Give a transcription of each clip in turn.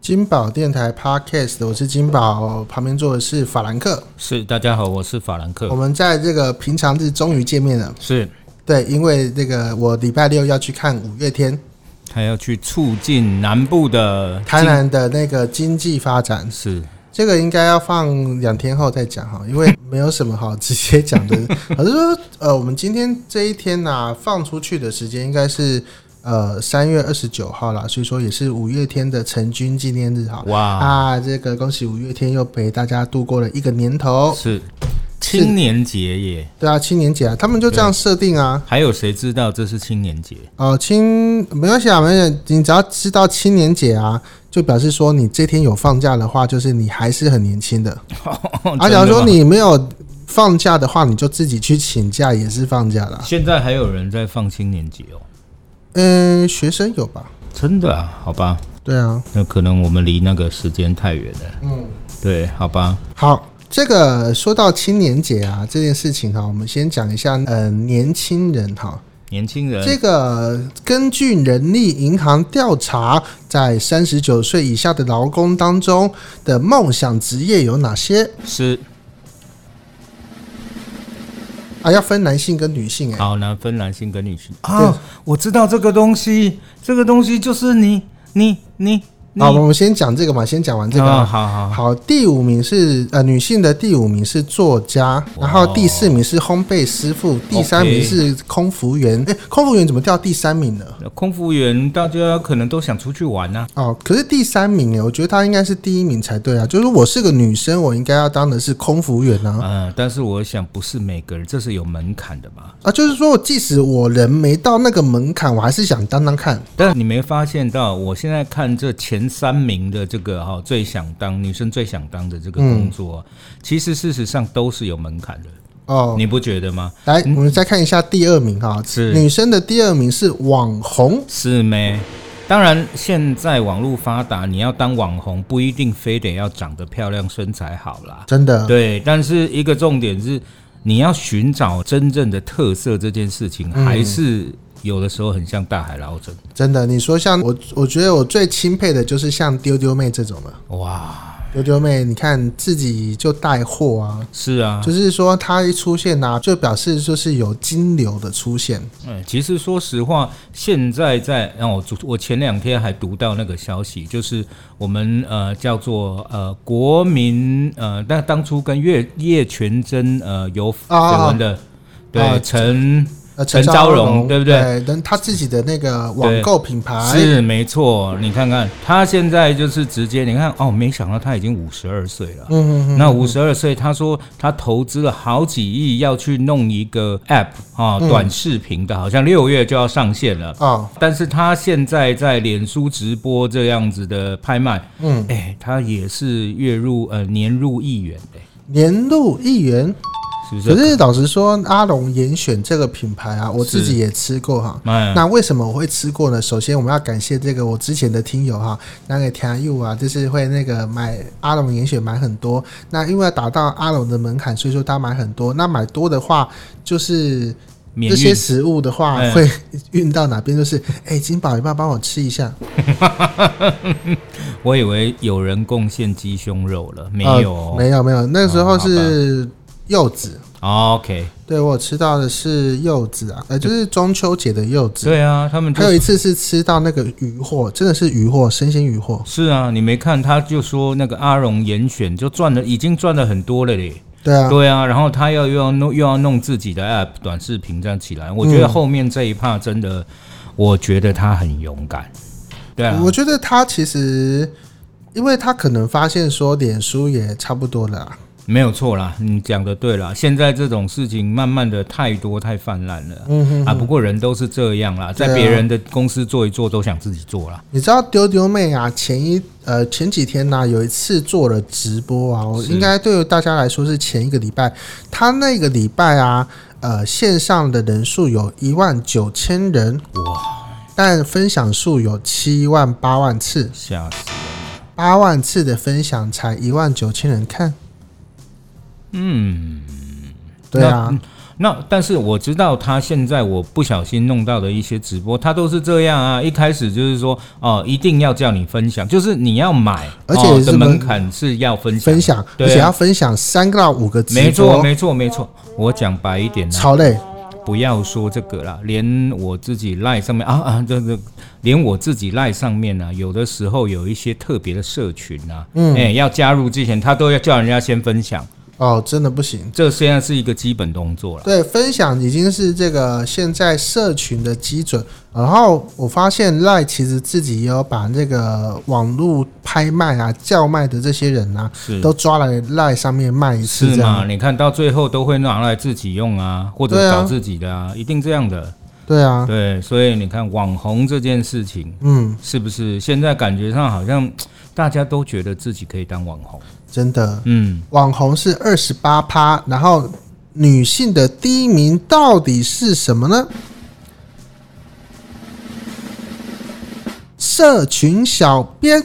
金宝电台 Podcast，我是金宝，旁边坐的是法兰克。是，大家好，我是法兰克我。们在这个平常日终于见面了，是，对，因为这个我礼拜六要去看五月天，还要去促进南部的台经。南的那个经济发展，是，这个应该要放两天后再讲哈，因为没有什么好直接讲的。我是说，呃，我们今天这一天呢、放出去的时间应该是呃三月二十九号啦，所以说也是五月天的成军纪念日哈。哇，啊，这个恭喜五月天又陪大家度过了一个年头，是青年节耶，对啊，青年节啊，他们就这样设定啊。还有谁知道这是青 年节？哦，青没关系啊，没关系，你只要知道青年节啊，就表示说你这天有放假的话，就是你还是很年轻的。啊，啊假如说你没有放假的话，你就自己去请假也是放假啦。现在还有人在放青年节哦，嗯、学生有吧？真的啊？好吧，对啊，那可能我们离那个时间太远了。嗯，对，好吧，好。这个说到青年节啊这件事情哈，我们先讲一下，呃，年轻人哈，年轻人这个根据人力银行调查，在三十九岁以下的劳工当中的梦想职业有哪些是啊？要分男性跟女性哎、好难分男性跟女性对啊。我知道这个东西，这个东西就是你你你你好，啊我们先讲这个嘛，先讲完这个啊、啊好好好好，第五名是呃女性的第五名是作家，然后第四名是烘焙师傅，第三名是空服员。哎、空服员怎么掉第三名了？那空服员大家可能都想出去玩啊呐、哦，可是第三名哎，我觉得他应该是第一名才对啊。就是我是个女生，我应该要当的是空服员啊，啊。嗯，但是我想不是每个人，这是有门槛的嘛。啊，就是说，即使我人没到那个门槛，我还是想当当看。但你没发现到，我现在看这前三名的这个哈、最想当女生最想当的这个工作啊、其实事实上都是有门槛的，哦，你不觉得吗？来，我们再看一下第二名哈，是女生的第二名是网红。是没？当然，现在网络发达，你要当网红不一定非得要长得漂亮、身材好啦。真的，对，但是一个重点是，你要寻找真正的特色这件事情，嗯还是有的时候很像大海捞针。真的，你说像我，我觉得我最钦佩的就是像丢丢妹这种的。哇，丢丢妹，你看自己就带货啊，是啊，就是说她一出现啊，就表示就是有金流的出现。嗯，其实说实话，现在在让我昨我前两天还读到那个消息，就是我们呃叫做呃国民呃，但当初跟叶叶全真呃有绯闻的，啊对陈、呃，陈昭昭荣对不对对，但她自己的那个网对购品牌，是哎没错，你看看他现在就是直接，你看哦，没想到他已经五十二岁了。嗯嗯嗯，那五十二岁，他说他投资了好几亿，要去弄一个 app 啊、嗯短视频的，好像六月就要上线了。哦，但是他现在在脸书直播这样子的拍卖，嗯，哎、他也是月入呃年入亿元的、年入一元。是不可是？是老实说，阿龙严选这个品牌啊，我自是己也吃过哈。哎，那为什么我会吃过呢？首先，我们要感谢这个我之前的听友哈，那个田佑啊，就是会那个买阿龙严选买很多。那因为要达到阿龙的门槛，所以说他买很多。那买多的话，就是免这些运食物的话，哎会 运到哪边？就是哎、金宝，要不要帮我吃一下？我以为有人贡献鸡胸肉了，没呃有哦、没有，没有。那时候哦好吧是柚子，哦 OK，对我有吃到的是柚子啊，呃，就是中秋节的柚子。对啊，他们就还有一次是吃到那个鱼货，真的是鱼货，生鲜鱼货。是啊，你没看他就说那个阿荣严选就赚了，已经赚了很多了嘞。对啊，对啊，然后他要又要弄又要弄自己的 app 短视频这样起来，我觉得后面这一趴真的，我觉得他很勇敢。对啊，我觉得他其实，因为他可能发现说脸书也差不多了啊、没有错啦，你讲的对啦。现在这种事情慢慢的太多太泛滥了，嗯哼，啊，不过人都是这样啦，对在啊别人的公司做一做都想自己做啦。你知道丢丢妹啊，前一呃前几天呢、有一次做了直播啊，我是应该对于大家来说是前一个礼拜，他那个礼拜啊，呃线上的人数有一万九千人，哇，但分享数有七万八万次，吓死人！八万次的分享才一万九千人看，嗯，对啊，那但是我知道他现在我不小心弄到的一些直播，他都是这样啊，一开始就是说哦、一定要叫你分享，就是你要买，而且哦是的门门槛是要分享，分享，对而啊且要分享三个到五个直没错播，没错没错，我讲白一点啦、啊超累。不要说这个啦，连我自己赖上面啊啊，这这，连我自己赖上面啊，有的时候有一些特别的社群啊，嗯，哎、要加入之前，他都要叫人家先分享，哦，真的不行。这现在是一个基本动作了。对，分享已经是这个现在社群的基准。然后我发现赖其实自己也有把这个网络拍卖啊、叫卖的这些人啊，是都抓来赖上面卖一次是这嘛？样。你看到最后都会拿来自己用啊，或对者啊找自己的啊，一定这样的。对啊，对，所以你看网红这件事情，嗯，是不是现在感觉上好像大家都觉得自己可以当网红？真的，嗯，网红是二十八趴，然后女性的第一名到底是什么呢？社群小编，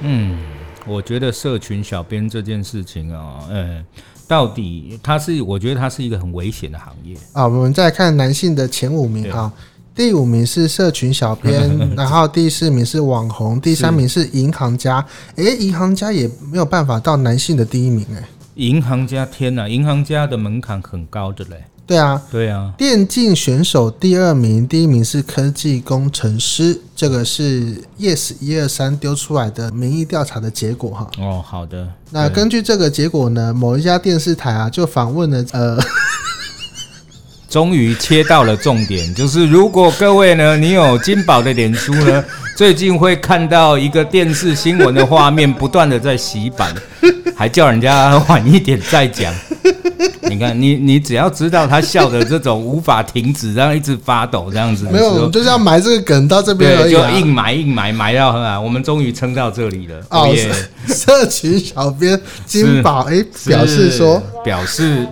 嗯，我觉得社群小编这件事情啊、嗯，到底它是，我觉得它是一个很危险的行业。啊，我们再看男性的前五名啊，第五名是社群小编，然后第四名是网红，第三名是银行家。诶，银行家也没有办法到男性的第一名诶，银行家，天呐，银行家的门槛很高的嘞。对啊，对啊，电竞选手第二名，第一名是科技工程师，这个是 Yes 一二三丢出来的民意调查的结果哈。哦，好的，那根据这个结果呢，某一家电视台啊就访问了呃，终于切到了重点，就是如果各位呢，你有金宝的脸书 呢，最近会看到一个电视新闻的画面，不断的在洗版，还叫人家晚一点 再讲。你看，你你只要知道他笑的这种无法停止，然后一直发抖这样子的没时有，候，我们就是要埋这个梗到这边而对，已、就啊。硬埋硬埋埋到很晚，我们终于撑到这里了。哦耶，社群小编金宝诶表示说，是表示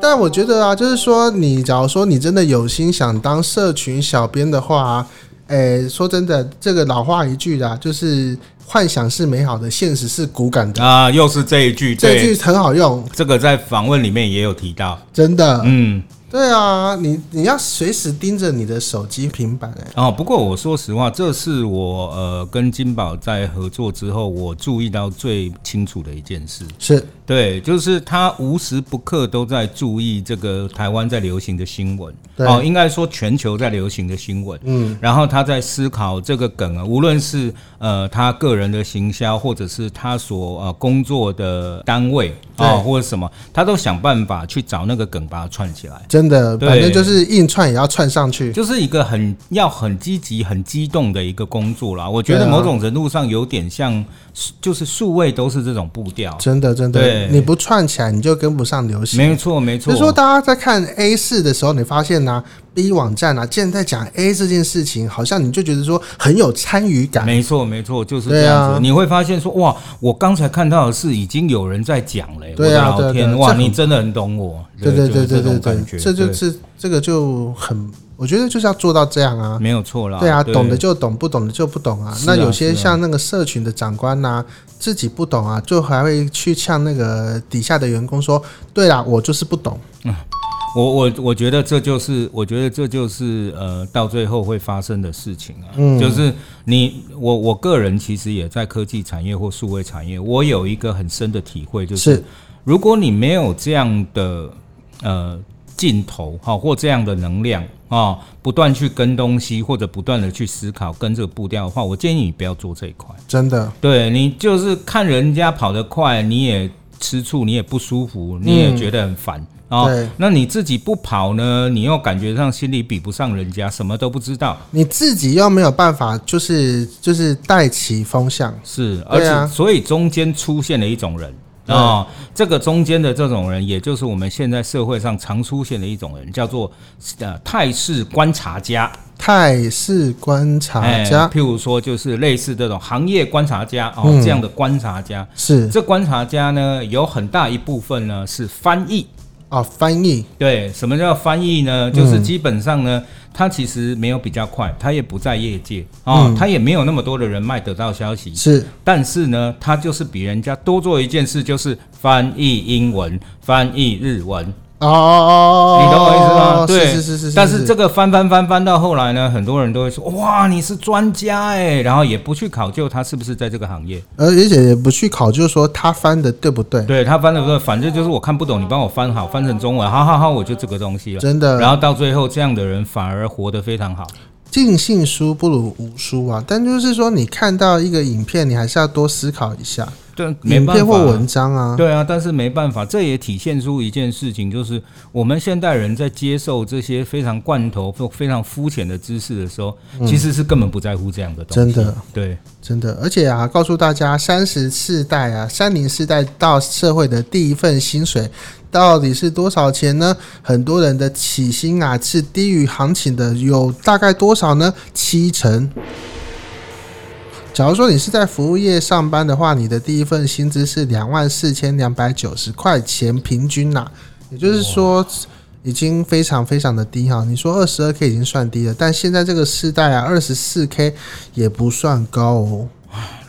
但我觉得啊，就是说，你假如说你真的有心想当社群小编的话、啊，诶，说真的，这个老话一句啦，就是幻想是美好的，现实是骨感的，啊，又是这一句，这对，句很好用，这个在访问里面也有提到，真的。嗯。对啊，你你要随时盯着你的手机、平板、诶，哦，不过我说实话，这是我呃跟金宝在合作之后，我注意到最清楚的一件事。是对，就是他无时不刻都在注意这个台湾在流行的新闻，对哦，应该说全球在流行的新闻，嗯，然后他在思考这个梗啊，无论是呃他个人的行销，或者是他所呃工作的单位啊、对或者什么，他都想办法去找那个梗把它串起来。真的，对反正就是硬串也要串上去。就是一个很要很积极、很激动的一个工作啦。我觉对得啊某种程度上有点像，就是数位都是这种步调。真的，真的，对你不串起来，你就跟不上流行。没错，没所错。以说，大家在看 A 四的时候，你发现呢、b 网站啊，现在讲 A 这件事情，好像你就觉得说很有参与感。没错，没错，就是对啊这样子。你会发现说，哇，我刚才看到的是已经有人在讲了、欸我对的啊对啊老对啊天，哇，这很你真的很懂我。对对就对对是这对种感觉对，这就对是这个就很，我觉得就是要做到这样啊。没有错啦。对啊，懂的就懂，不懂的就不懂啊。嗯是啊那有些是啊像那个社群的长官呐、自己不懂啊，就还会去呛那个底下的员工说：“对啦，我就是不懂。我我我觉得这就是，我觉得这就是呃，到最后会发生的事情啊，就是你我我个人其实也在科技产业或数位产业，我有一个很深的体会，就是是如果你没有这样的呃镜头哈、或这样的能量啊、不断去跟东西或者不断的去思考跟这个步调的话，我建议你不要做这一块。”真的，对你就是看人家跑得快，你也吃醋，你也不舒服，你也觉得很烦。嗯对哦，那你自己不跑呢？你又感觉上心里比不上人家，什么都不知道，你自己又没有办法，就是就是带起风向。是，而对且、啊所以中间出现了一种人啊、哦这个中间的这种人，也就是我们现在社会上常出现的一种人，叫做呃态势观察家。哎态势观察家、譬如说就是类似这种行业观察家哦、嗯这样的观察家。哦是这观察家呢，有很大一部分呢是翻译。哦，翻译对，什么叫翻译呢？嗯就是基本上呢，他其实没有比较快，他也不在业界嗯哦，他也没有那么多的人脉得到消息，是但是呢，他就是比人家多做一件事，就是翻译英文、翻译日文。哦哦，你懂我意思吗？对，是是是是。但是这个个翻翻翻翻到后来呢，很多人都会说：“哇，你是专家哎！”然后也不去考究他是不是在这个行业。而而且也不去考究说他翻的对不对，对他翻的时候，反正就是我看不懂，你帮我翻好，翻成中文，好好好，我就这个东西了。真的。啊然后到最后，这样的人反而活得非常好。尽信书不如无书啊。但就是说，你看到一个影片，你还是要多思考一下，对，没影办片法或啊。文章啊。对啊，但是没办法，这也体现出一件事情，就是我们现代人在接受这些非常罐头、非常肤浅的知识的时候，其实是根本不在乎这样的东西。嗯真的，对，真的，而且啊，告诉大家，三十世代啊，三零世代到社会的第一份薪水到底是多少钱呢？很多人的起薪啊是低于行情的，有大概多少呢？七成。假如说你是在服务业上班的话，你的第一份薪资是两万四千两百九十块钱平均呐、也就是说。已经非常非常的低哈，你说二十二 k 已经算低了，但现在这个世代啊，二十四 k 也不算高哦。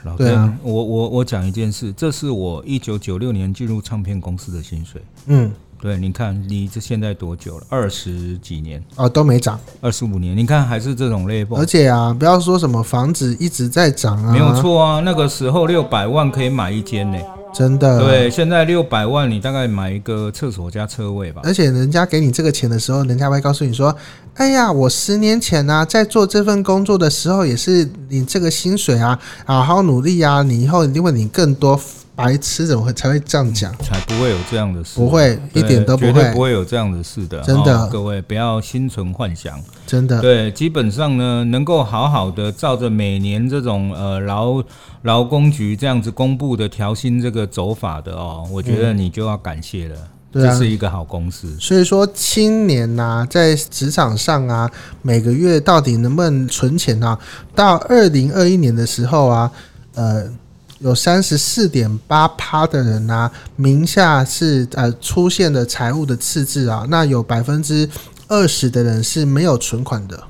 老对啊邓，我我我讲一件事，这是我一九九六年进入唱片公司的薪水。嗯，对，你看你这现在多久了？二十几年，哦，都没涨，二十五年，你看还是这种 level，而且啊，不要说什么房子一直在涨啊，没有，错啊。那个时候六百万可以买一间呢、真的。，对，现在六百万你大概买一个厕所加车位吧。而且人家给你这个钱的时候，人家会告诉你说：“哎呀，我十年前呢、啊，在做这份工作的时候，也是你这个薪水啊，好好努力啊，你以后一定会领更多。”白痴怎么会才会这样讲？才不会有这样的事，不会，一对点都绝不对会不，会有这样的事的，真的嗯哦各位不要心存幻想。真的。对，基本上呢，能够好好的照着每年这种呃劳劳工局这样子公布的调薪这个走法的哦，我觉得你就要感谢了，对啊这是一个好公司。所以说，青年呐、在职场上啊，每个月到底能不能存钱啊？到二零二一年的时候啊，呃，有三十四点八趴的人呐、名下是呃出现了财务的赤字啊，那有百分之二十的人是没有存款的。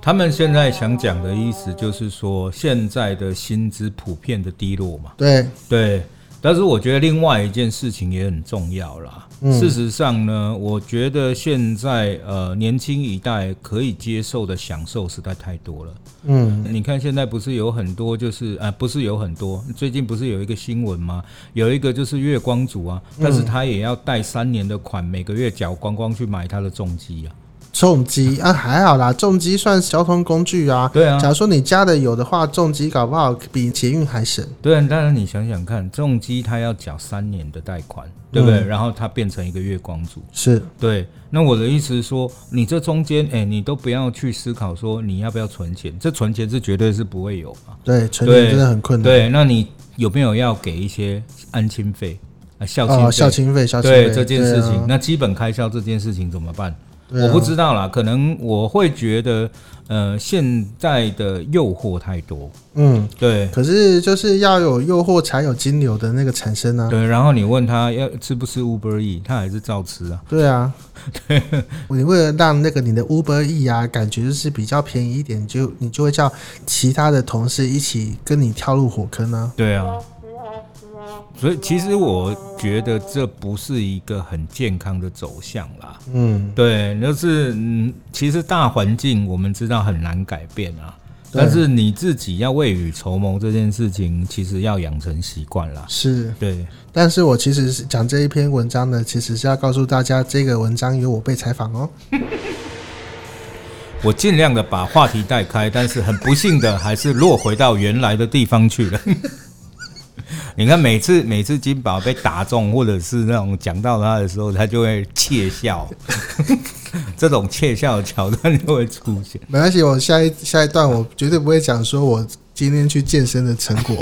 他们现在想讲的意思就是说，现在的薪资普遍的低落嘛，对，对。但是我觉得另外一件事情也很重要啦。事实上呢，我觉得现在呃年轻一代可以接受的享受实在太多了。嗯，你看现在不是有很多就是啊、不是有很多，最近不是有一个新闻吗？有一个就是月光族啊，但是他也要贷三年的款，每个月缴光光去买他的重机啊。重机啊还好啦，重机算交通工具啊。对啊假，如说你家的有的话，重机搞不好比捷运还省。对啊，但是你想想看，重机他要缴三年的贷款，对不对？然后他变成一个月光族，是，对，那我的意思是说，你这中间，哎、你都不要去思考说你要不要存钱，这存钱是绝对是不会有嘛。对，存钱对真的很困难。对，那你有没有要给一些安亲费啊、孝亲费？哦，孝亲费，孝亲费对这件事情，对啊那基本开销这件事情怎么办？对啊我不知道啦，可能我会觉得，呃，现在的诱惑太多，嗯，对。可是就是要有诱惑才有金流的那个产生啊。对，然后你问他要吃不吃 Uber E，他还是照吃啊。对 啊，你为了让那个你的 Uber E 啊，感觉就是比较便宜一点，就你就会叫其他的同事一起跟你跳入火坑啊。对啊，所以其实我觉得这不是一个很健康的走向啦。嗯，对，就是嗯，其实大环境我们知道很难改变啊，对但是你自己要未雨绸缪这件事情，其实要养成习惯啦。是。对，但是我其实是讲这一篇文章呢，其实是要告诉大家，这个文章有我被采访哦。我尽量的把话题带开，但是很不幸的还是落回到原来的地方去了。 你看，每次每次金宝被打中，或者是那种讲到他的时候，他就会窃笑， 这种窃笑的桥段就会出现。没关系，我下一下一段我绝对不会讲说我今天去健身的成果。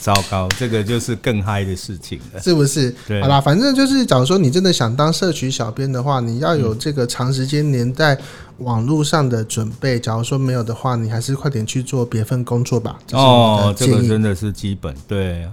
糟糕，这个就是更嗨的事情了。是不是？对好啦，反正就是，假如说你真的想当社区小编的话，你要嗯有这个长时间连在网络上的准备。假如说没有的话，你还是快点去做别份工作吧。这是我的哦，这个建议真的是基本对。